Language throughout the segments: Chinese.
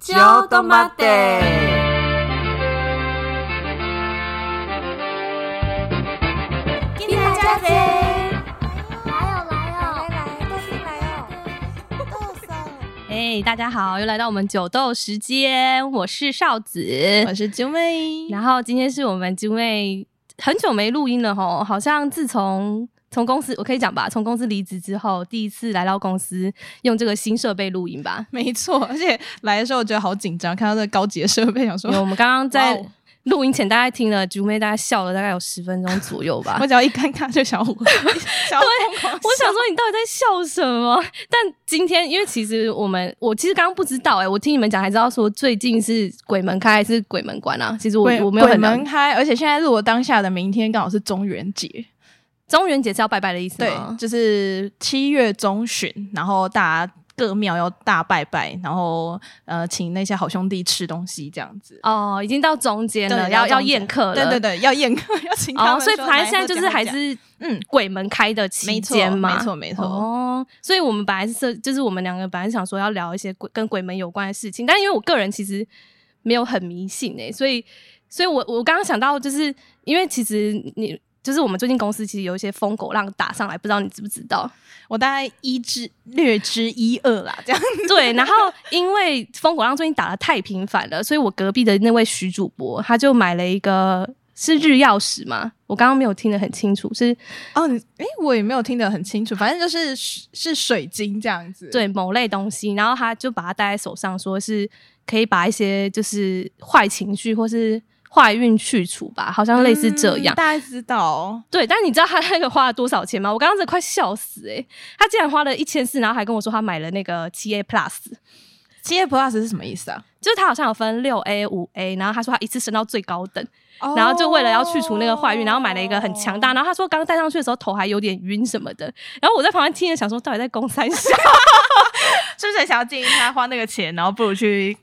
ちょっと待って。给大家子，来哦来来哦，来，都是来哦，都送，哎、大家好，又来到我们酒豆时间，我是少子我。是九妹，然后今天是我们因为很久没录音了吼，好像自从从公司我可以讲吧，从公司离职之后，第一次来到公司用这个新设备录音吧。 没错，而且来的时候我觉得好紧张，看到这个高级的设备，想因为我说，们刚刚哇在哦录音前大概听了竹妹大概笑了大概有十分钟左右吧 我。只要一尴尬就想我， 想对我想说你到底在笑什么？ 但今天因为其实我们我其实刚刚不知道哎、我听你们讲才知道说最近是鬼门开还是鬼门关啊？其实我鬼我没有鬼很了门开，而且现在录我当下的明天刚好是中元节，中元节是要拜拜的意思对吗，？就是七月中旬，然后大家。各庙要大拜拜，然后呃，请那些好兄弟吃东西这样子。哦，已经到中间了，对要到中要间宴客了，对对。对，要宴客，要请他哦，们所说以来喝。反正现在就是还讲是嗯，鬼门开的期没错，间嘛，没错，没错。哦，所以我们本来是设就是我们两个本来想说要聊一些鬼跟鬼门有关的事情，但因为我个人其实没有很迷信诶、所以，所以我我刚刚想到，就是因为其实你就是我们最近公司其实有一些疯狗浪打上来，不知道你知不知道？我大概一知略知一二啦，这样。对，然后因为疯狗浪最近打的太频繁了，所以我隔壁的那位徐主播他就买了一个是日曜石嘛，我刚刚没有听得很清楚，是哦，你哎，我也没有听得很清楚，反正就是是是水晶这样子。，对某类东西，然后他就把它戴在手上，说是可以把一些就是坏情绪或是坏运去除吧，好像类似这样。嗯大家知道。对，但你知道他那个花了多少钱吗？我刚刚真的快笑死诶、他竟然花了一千四，然后还跟我说他买了那个七 A Plus，七 A Plus 是什么意思啊？就是他好像有分六 A、五 A，然后他说他一次升到最高等，哦然后就为了要去除那个坏运，然后买了一个很强大，然后他说刚戴上去的时候头还有点晕什么的，然后我在旁边听着想说到底在攻三小。哦，是不是很想要建议他花那个钱，然后不如去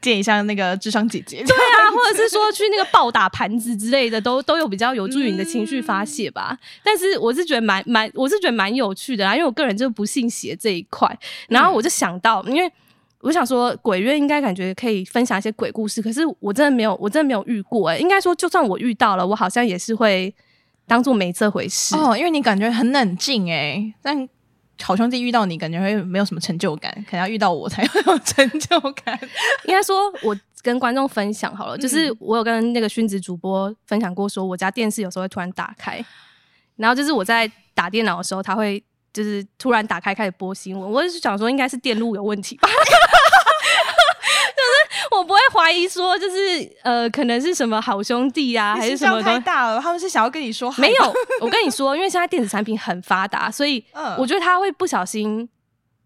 见一下那个智商姐 姐？对啊，或者是说去那个暴打盘子之类的，都都有比较有助于你的情绪发泄吧。但是我是觉得蛮蛮，我是觉得蛮有趣的啦，因为我个人就不信邪这一块。然后我就想到，因为我想说鬼月应该感觉可以分享一些鬼故事，可是我真的没有，我真的没有遇过、欸。应该说，就算我遇到了，我好像也是会当做没这回事。哦，因为你感觉很冷静哎、但好兄弟遇到你，感觉会没有什么成就感，可能要遇到我才会有成就感。应该说，我跟观众分享好了，嗯就是我有跟那个熏子主播分享过，说我家电视有时候会突然打开，然后就是我在打电脑的时候，它会就是突然打开开始播新闻，我就想说应该是电路有问题吧。 就是我不会怀疑说，就是呃，可能是什么好兄弟啊，还你是心什么东脏太西大了，他们是想要跟你说好没有，我跟你说，因为现在电子产品很发达，所以嗯我觉得他会不小心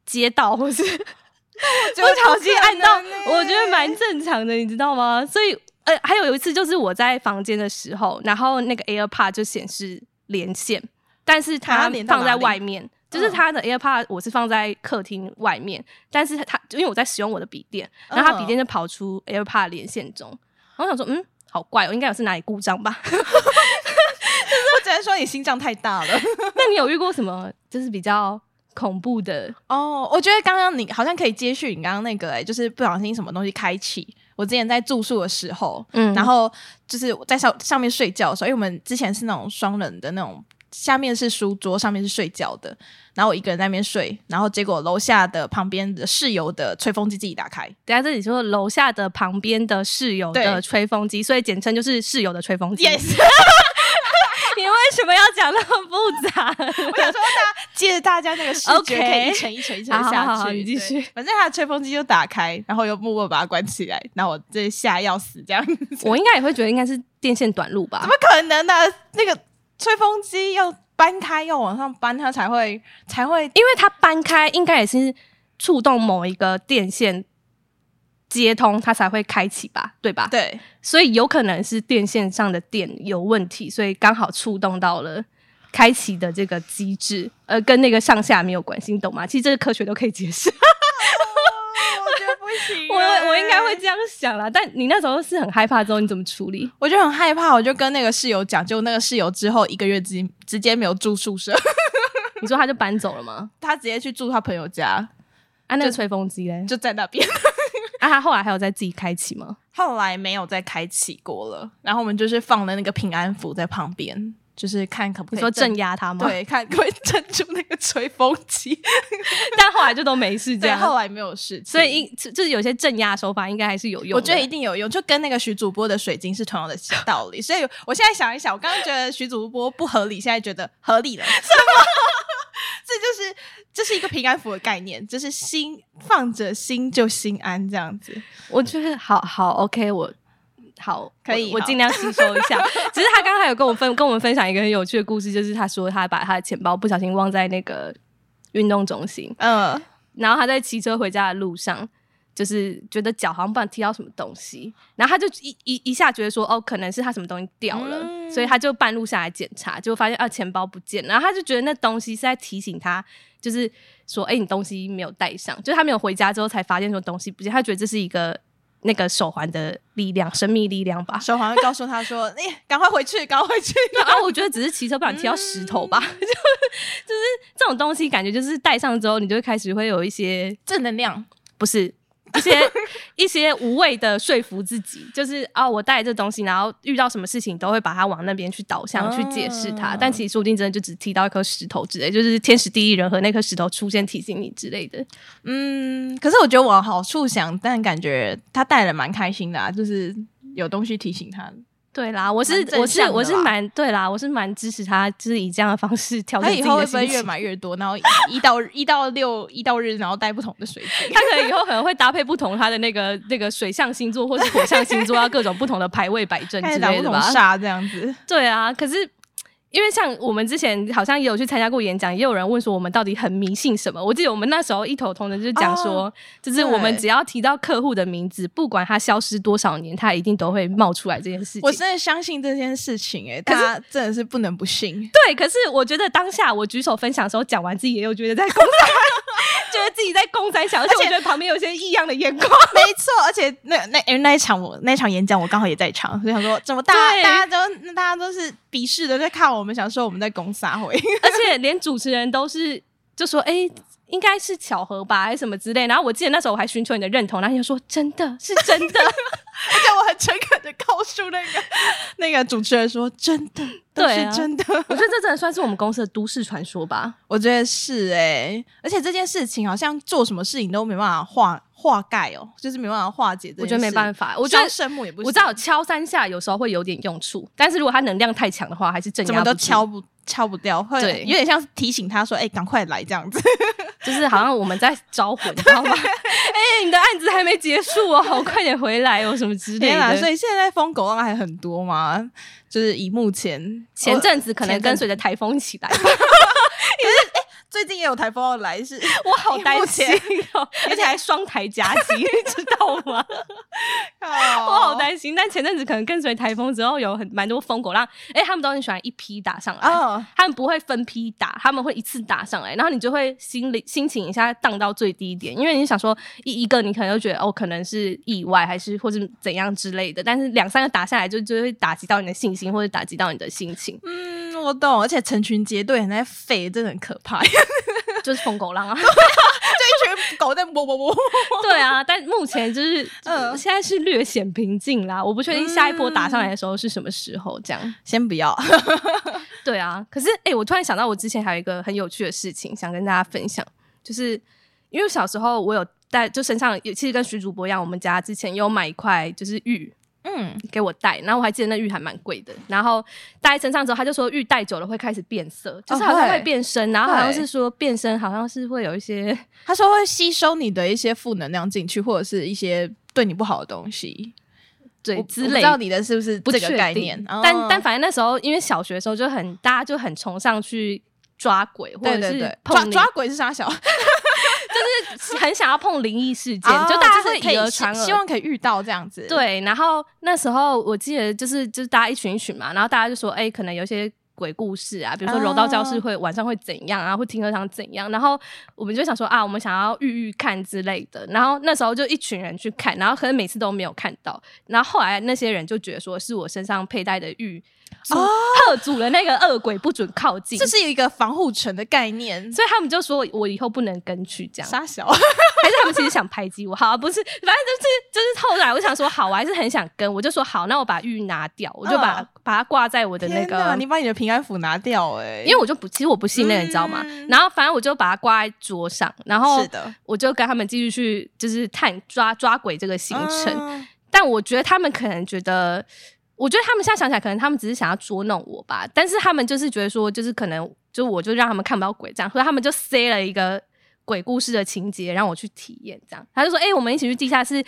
接到，或是不小心按到，啊啊我觉欸得蛮正常的，你知道吗？所以，呃，还有一次就是我在房间的时候，然后那个 AirPod 就显示连线，但是它它连到放在哪里外面。就是它的 AirPod，我是放在客厅外面，但是它因为我在使用我的笔电，然后它笔电就跑出 AirPod 连线中，然后我想说，嗯，好怪哦，应该有是哪里故障 吧？我只能说你心脏太大了。那你有遇过什么就是比较恐怖的？哦，我觉得刚刚你好像可以接续你刚刚那个、欸，就是不小心什么东西开启。我之前在住宿的时候，嗯然后就是我在上上面睡觉的时候，因为我们之前是那种双人的那种，下面是书桌，上面是睡觉的，然后我一个人在那边睡，然后结果楼下的旁边的室友的吹风机自己打开，等一下这里说楼下的旁边的室友的对吹风机，所以简称就是室友的吹风机。 Yes 你为什么要讲那么复杂？我想说大家接着大家那个视 OK 觉可以一层一层一层好下去，好好你继续对。反正他的吹风机就打开，然后又默默把它关起来，然后我这吓要死这样子。 我应该也会觉得应该是电线短路吧怎么。可能呢、那个吹风机要搬开，要往上搬，它才会才会因为它搬开，应该也是触动某一个电线接通，它才会开启吧，对吧？。对。所以有可能是电线上的电有问题，所以刚好触动到了开启的这个机制，呃，跟那个上下没有关系，你懂吗？其实这个科学都可以解释。哦我觉得不行 啊我 我应该会，这样想啦，但你那时候是很害怕，之后你怎么处 理？我就很害怕，我就跟那个室友讲，就那个室友之后一个月直直接没有住宿 舍，你说他就搬走了吗？他直接去住他朋友家，啊，那个吹风机嘞？就在那边。那、他后来还有在自己开启吗？ 后来没有再开启过了，然后我们就是放了那个平安符在旁边，就是看可不可你以说镇压，压他 吗？，对，看可不可以镇住那个吹风 机。但后来就都没事这对，样。后来没有事情，所以应就是有些镇压手法应该还是有用的。我觉得一定有用，就跟那个徐主播的水晶是同样的道 理。所以我现在想一想，我刚刚觉得徐主播不合理，现在觉得合理了。什么？ 这就是这是一个平安符的概念，就是心放着心就心安这样子。我觉得好好 OK，我好可以我我好尽量吸收一 下。只是他刚才有跟我分跟我们分享一个很有趣的故事，就是他说他把他的钱包不小心忘在那个运动中心，嗯，然后他在骑车回家的路上。就是觉得脚好像不然踢到什么东西，然后他就一一一下觉得说，哦，可能是他什么东西掉了，嗯所以他就半路下来检查，结果发现啊钱包不见了，然后他就觉得那东西是在提醒他，就是说，哎、你东西没有带上，就是他没有回家之后才发现说东西不见，他觉得这是一个那个手环的力量，神秘力量吧。手环会告诉他说：“你、赶快回去，赶快回去。对啊，我觉得只是骑车不小心踢到石头吧， 就就是这种东西，感觉就是戴上之后，你就会开始会有一些”正能量，不是一 些一些无谓的说服自己，就是啊，我带这东西，然后遇到什么事情都会把它往那边去导向、去解释它，嗯但其实说不定真的就只踢到一颗石头之类，就是天时地利人和那颗石头出现提醒你之类的。嗯，可是我觉得往好处想，但感觉他带了蛮开心的、啊，就是有东西提醒他的。对啦，我是蛮正我是向的啦我是蛮对啦，我是蛮支持他，就是以这样的方式调他整自以己后的会不会心越情。买越多？然后一到一到六一到日，然后带不同的水晶 他可能以后可能会搭配不同他的那个那个水象星座或是火象星座，要各种不同的排位摆阵 开之始打类不的同吧。煞这样子。对啊，可是因为像我们之前好像也有去参加过演讲，也有人问说我们到底很迷信什么。我记得我们那时候异口同声就是讲说，就是我们对只要提到客户的名字，不管他消失多少年，他一定都会冒出来这件事我情。真的相信这件事情、欸，哎，大家真的是不能不信。对，可是我觉得当下我举手分享的时候，讲完自己也有觉得在公仔， 觉得自己在公仔想，而且我觉得旁边有一些异样的眼光。 没错，而且那那那一场我那一场演讲我刚好也在场，所以想说怎么大对家大家都大家都是鄙视的在看我们，想说我们在攻撒回。 而且连主持人都是就说，哎、应该是巧合吧，还是什么之类。然后我记得那时候我还寻求你的认同，然后你就说真的是真的，而且我很诚恳的告诉那个那个主持人说，真的都对是啊真的。我觉得这真的算是我们公司的都市传说吧。 我觉得是哎、而且这件事情好像做什么事情都没办法化化盖哦，就是没办法化解这件事。我觉得没办法，法，我觉得圣母也不行，我知道敲三下有时候会有点用处，但是如果它能量太强的话，还是镇压怎么都不住敲，不敲不掉，会对有点像提醒他说：“哎、赶快来这样子。就是好像我们在招魂，你知道 吗？哎、你的案子还没结束哦，快点回来哦，什么之”类 天啊！的。所以现在疯狗浪还很多嘛，就是以目前前我阵子可能前阵跟子随着台风一起 来，最近也有台风要来， 是我好担心哦，而而且且还双台夹击， 你知道吗？ 我我好担心。但前阵子可能跟随台风之后，有很蛮多疯狗浪，哎、他们都很喜欢一批打上来。哦。他们不会分批打，他们会一次打上来，然后你就会心里心情一下荡到最低点，因为你想说一一个你可能就觉得哦，可能是意外还是或是怎样之类的，但是两三个打下来就就会打击到你的信心或者打击到你的心情，嗯，我懂，而且成群结队很在吠，真的很可怕。 就是疯狗浪啊，就一群狗在啵啵啵，对啊，但目前就是、嗯现在是略显平静啦，我不确定下一波打上来的时候是什么时候这样。先不要。 对啊，可是哎、欸我突然想到，我之前还有一个很有趣的事情想跟大家分享，就是因为小时候我有带，就身上有，其实跟徐主播一样，我们家之前有买一块就是玉嗯，给我戴，然后我还记得那玉还蛮贵的，然后戴在身上之后，他就说玉戴久了会开始变色，就是好像哦会会变深，然后好像会是说变深好像是会有一些，他说会吸收你的一些负能量进去，或者是一些对你不好的东西，对我之我不类知道你的是不是不这确个概定念？但哦但反正那时候因为小学的时候就很大家就很崇尚去抓鬼或对者对对是，抓碰抓鬼是啥小？就是 很想要碰灵异事件，哦就大家是会可以讹以传讹，希望可以遇到这样子。，对，然后那时候我记得就是就是大家一群一群嘛，然后大家就说，哎、可能有些鬼故事啊，比如说柔道教室会、晚上会怎样啊，或停车场怎样，然后我们就想说啊，我们想要遇遇看之类的，然后那时候就一群人去看，然后可能每次都没有看到，然后后来那些人就觉得说是我身上佩戴的玉。阻 吓阻了那个恶鬼不准靠近，哦这是有一个防护层的概念。所以他们就说我以后不能跟去这样，傻 小，还是他们其实想排挤我？好、啊，不是，反正就是就是后来我想说好，啊我还是很想跟，我就说好，那我把玉拿掉，我就把、嗯把它挂在我的那天哪个，你把你的平安符拿掉哎、因为我就不其实我不信那个，你知道吗？然后反正我就把它挂在桌上，然后嗯是的我就跟他们继续去就是探抓抓鬼这个行程，嗯但我觉得他们可能觉得，我觉得他们现在想起来，可能他们只是想要捉弄我吧，但是他们就是觉得说，就是可能就我就让他们看不到鬼这样，所以他们就塞了一个鬼故事的情节让我去体验这样，他就说，哎、我们一起去地下室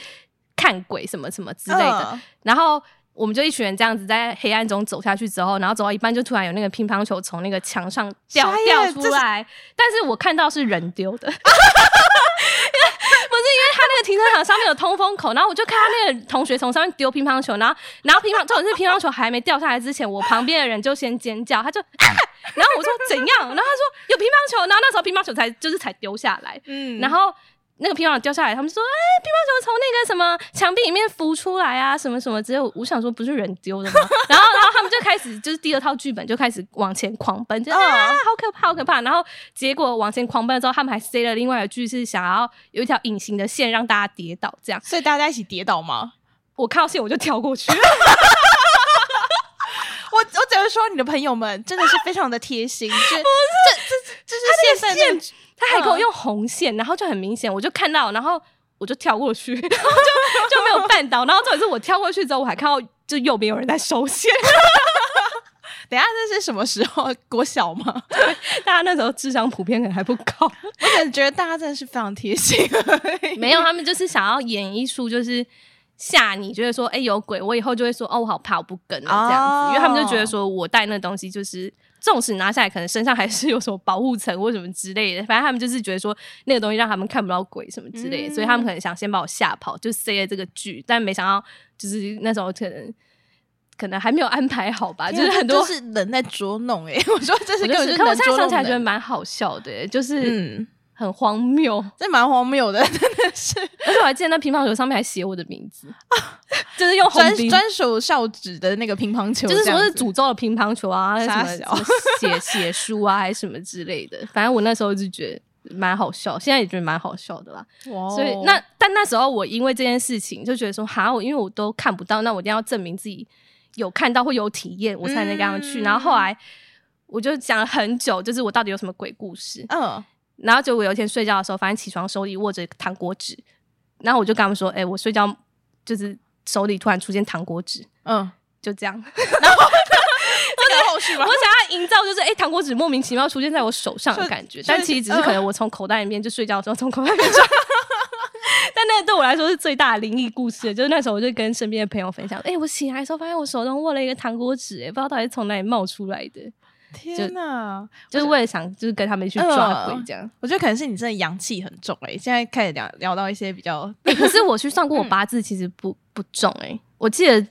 看鬼什么什么之类的，嗯然后。我们就一群人这样子在黑暗中走下去之后，然后走到一半就突然有那个乒乓球从那个墙上掉傻眼掉出这是来，但是我看到是人丢 的，不是因为他那个停车场上面有通风口，然后我就看他那个同学从上面丢乒乓球，然后然后乒乓重点是乒乓球还没掉下来之前，我旁边的人就先尖叫，他就、 啊然后我说怎样，然后他说有乒乓球，然后那时候乒乓球才就是才丢下来，嗯然后。那个乒乓球掉下来，他们说：“哎、乒乓球从那个什么墙壁里面浮出来啊，什么什么之类。”我想说，不是人丢的吗？然后，然后他们就开始就是第二套剧本就开始往前狂奔，就啊，好可怕，好可怕。然后结果往前狂奔之后，他们还塞了另外一句是想要有一条隐形的线让大家跌倒，这样所以大家一起跌倒吗？我看到线我就跳过去。我我只能说，你的朋友们真的是非常的贴心， 就是这这这这是现在的他还给我用红线，然后就很明显，我就看到，然后我就跳过去，然后就就没有绊倒。然后重点是我跳过去之后，我还看到就右边有人在收线。等一下这是什么时候？国小吗？大家那时候智商普遍可能还不高，我感觉得大家真的是非常贴心。 没有，他们就是想要演一出就是吓你，觉得说哎、有鬼，我以后就会说哦我好怕，我不跟了这样子，哦因为他们就觉得说我带那东西就是。纵使拿下来，可能身上还是有什么保护层或什么之类的。反正他们就是觉得说那个东西让他们看不到鬼什么之类的，嗯所以他们可能想先把我吓跑，就塞了这个剧。但没想到，就是那时候可能可能还没有安排好吧，啊就是很多。这啊是人在捉弄哎、我说这是我根就本是是可我人现在捉想弄起来觉得人。蛮好笑的、欸就是嗯，很荒谬。这蛮荒谬的，真的是而且我还记得那乒乓球上面还写我的名字，就是用红专笔，专属校址的那个乒乓球这就是样子，什么是诅咒的乒乓球啊，什傻么小什么写写书啊，还是什么之类的。反正我那时候就觉得蛮好笑，现在也觉得蛮好笑的啦。哇哦，所以那但那时候我因为这件事情就觉得说，哈，我因为我都看不到，那我一定要证明自己有看到或有体验，我才能跟他们去。嗯然后后来我就讲了很久，就是我到底有什么鬼故事。嗯，然后结果有一天睡觉的时候，发现起床手里握着糖果纸，然后我就跟他们说：“哎、我睡觉就是手里突然出现糖果纸，嗯，就这样。这个后续我吧。想要营造就是哎、糖果纸莫名其妙出现在我手上的感觉，就但其实只是可能我从口袋里面就睡觉的时候从口袋里面抓。 但那个对我来说是最大的灵异故事，就是那时候我就跟身边的朋友分享，哎、我醒来的时候发现我手中握了一个糖果纸，哎，不知道到底是从哪里冒出来的， 天哪！就是为了想就是跟他们去抓鬼这样。我觉得可能是你真的阳气很重哎、现在开始聊聊到一些比较欸 可是我去算嗯过，我八字其实不、不重哎、我记得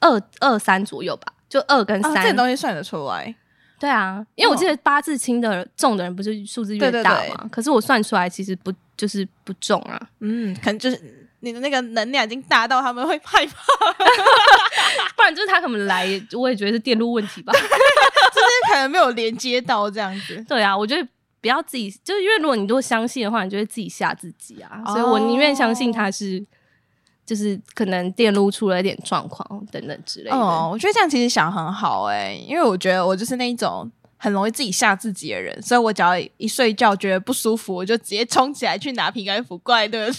二二三左右吧，就二跟啊，三这、个东西算得出来，对啊，因为我记得八字轻的、重的人不是数字越对对大嘛，对可是我算出来其实不就是不重啊，嗯，可能就是你的那个能量已经大到他们会害怕，不然就是他可能来，我也觉得是电路问题吧。 就是 可能没有连接到这样子。对啊，我觉得。不要自己，就是因为如果你如果相信的话，你就会自己吓自己啊。哦所以我宁愿相信他是，就是可能电路出了一点状况等等之类的。哦，我觉得这样其实想很好哎、因为我觉得我就是那一种很容易自己吓自己的人，所以我只要一睡觉觉得不舒服，我就直接冲起来去拿平安符挂在那个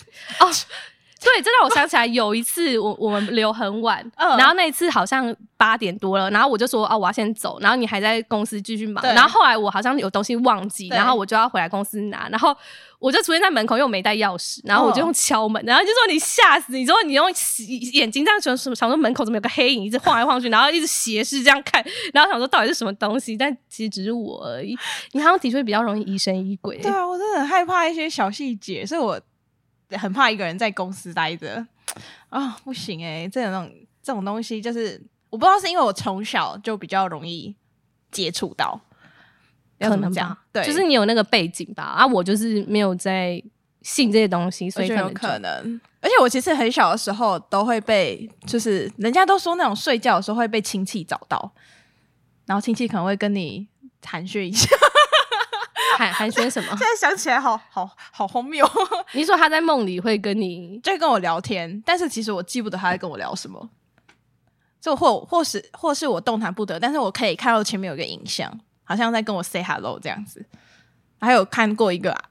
对，这让我想起来有一次我，我们留很晚，嗯然后那一次好像八点多了，然后我就说啊，我要先走，然后你还在公司继续忙，对然后后来我好像有东西忘记，对然后我就要回来公司拿，然后我就出现在门口，又没带钥匙，然后我就用敲门，然后就说你吓死，你说你用眼睛这样想想说门口怎么有个黑影一直晃来晃去，然后一直斜视这样看，然后想说到底是什么东西，但其实只是我而已。你好像的确比较容易疑神疑鬼、对啊，我真的很害怕一些小细节，所以我很怕一个人在公司待着啊、不行哎、这种这种东西就是我不知道是因为我从小就比较容易接触到，要可怎么能讲吧？，对，就是你有那个背景吧。啊，我就是没有在信这些东西，所我以觉可得有能就 可能。而且我其实很小的时候都会被，就是人家都说那种睡觉的时候会被亲戚找到，然后亲戚可能会跟你寒暄一下。？寒寒暄什么 现在想起来好好好荒谬，你说他在梦里会跟你就会跟我聊天，但是其实我记不得他在跟我聊什么，就或或是或是我动弹不得，但是我可以看到前面有个影像，好像在跟我 say hello 这样子。还有看过一个、啊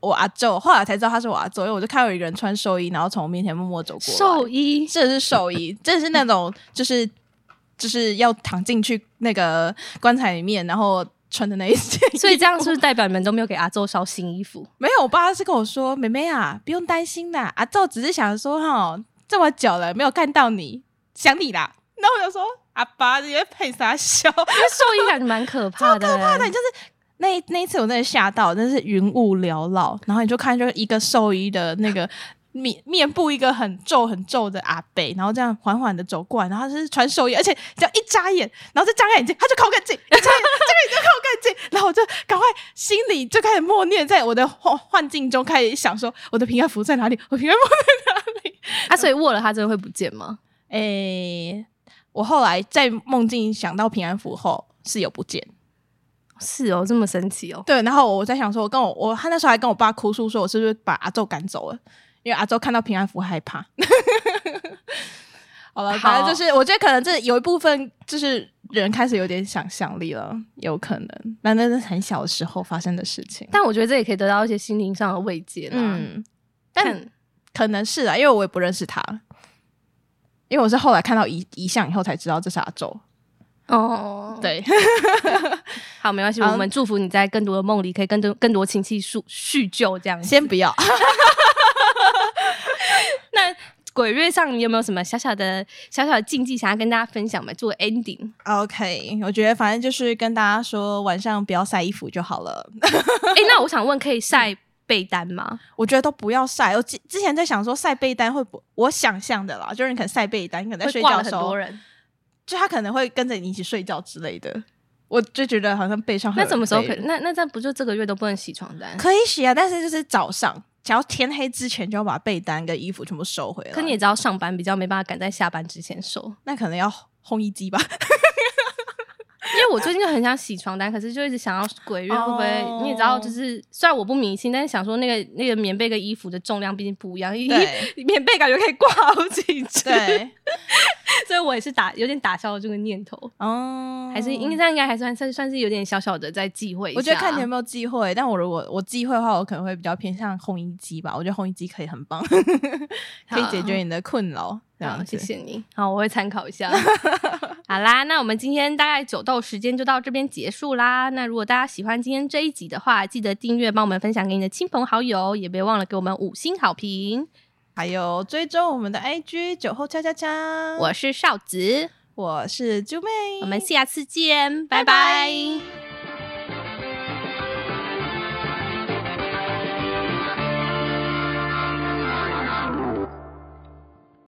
我阿昼，后来才知道他是我阿昼，因为我就看到有一个人穿寿衣，然后从我面前默默走过来。兽医？这是兽医，这是那种就是 就是要躺进去那个棺材里面，然后穿的那一件。所以这样是不是代表你们都没有给阿周烧新衣服？ 没有，我爸是跟我说：“妹妹啊，不用担心啦，阿赵只是想说哈，这么久了没有看到你，想你啦。”然后我就说：“阿爸，你在配啥笑？”那兽医感觉蛮可怕的、欸，那你就是那那一次我真的吓到，真是云雾缭绕，然后你就看就是一个兽医的那个。面面部一个很皱很皱的阿伯，然后这样缓缓的走过来，然后他是穿寿衣，而且只要一眨眼，然后再张开眼睛，他就靠更近，一眨眼这个眼睛靠更近，然后我就赶快心里就开始默念，在我的幻幻境中开始想说我的平安符在哪里，我平安符在哪里？啊，所以握了它真的会不见吗？诶、我后来在梦境想到平安符后是有不见，是哦，这么神奇哦。对，然后我在想说，我跟我我他那时候还跟我爸哭诉说，我是不是把阿周赶走了？因为阿周看到平安符害怕。 好了，反正就是，我觉得可能这有一部分就是人开始有点想象力了，有可能，但那是很小的时候发生的事情。但我觉得这也可以得到一些心灵上的慰藉啦。嗯，嗯，但但可能是啊，因为我也不认识他，因为我是后来看到遗遗像以后才知道这是阿周。哦，对， 好，没关系，好我们祝福你在更多的梦里可以更多更多亲戚叙叙旧这样子。先不要。那鬼月上你有没有什么小小的小小的禁忌想要跟大家分享吗？做个 ending， OK，我觉得反正就是跟大家说，晚上不要晒衣服就好了。哎、那我想问，可以晒被单吗？我觉得都不要晒。我之之前在想说晒被单会不，我想象的啦，就是你可能晒被单，你可能在会睡挂觉了很的时候多， 人，就他可能会跟着你一起睡觉之类的。我就觉得好像背上会那有什么时候可被以？那那这样不就这个月都不能洗床单？可以洗啊？但是就是早上，只要天黑之前就要把被单跟衣服全部收回来。可你也知道，上班比较没办法赶在下班之前收，那可能要烘衣 机吧？因为我最近就很想洗床单，可是就一直想要鬼月会不会？哦你也知道，就是虽然我不迷信，但是想说那个那个棉被跟衣服的重量毕竟不一样，一对 棉被感觉可以挂好几只，对， 所以我也是打有点打消了这个念头。哦还是应该应该还算算算是有点小小的在忌讳一下。啊我觉得看你有没有机会，但我如果我机会的话，我可能会比较偏向烘衣机吧。我觉得烘衣机可以很棒， 可以解决你的困扰。这好，样啊谢子，谢你。好，我会参考一 下。好啦，那我们今天大概九斗时间就到这边结束啦。那如果大家喜欢今天这一集的话，记得订阅，帮我们分享给你的亲朋好友，也别忘了给我们五星好评。还有追踪我们的 IG 酒后恰恰恰，我是少子，我是猪妹，我们下次见，拜拜拜拜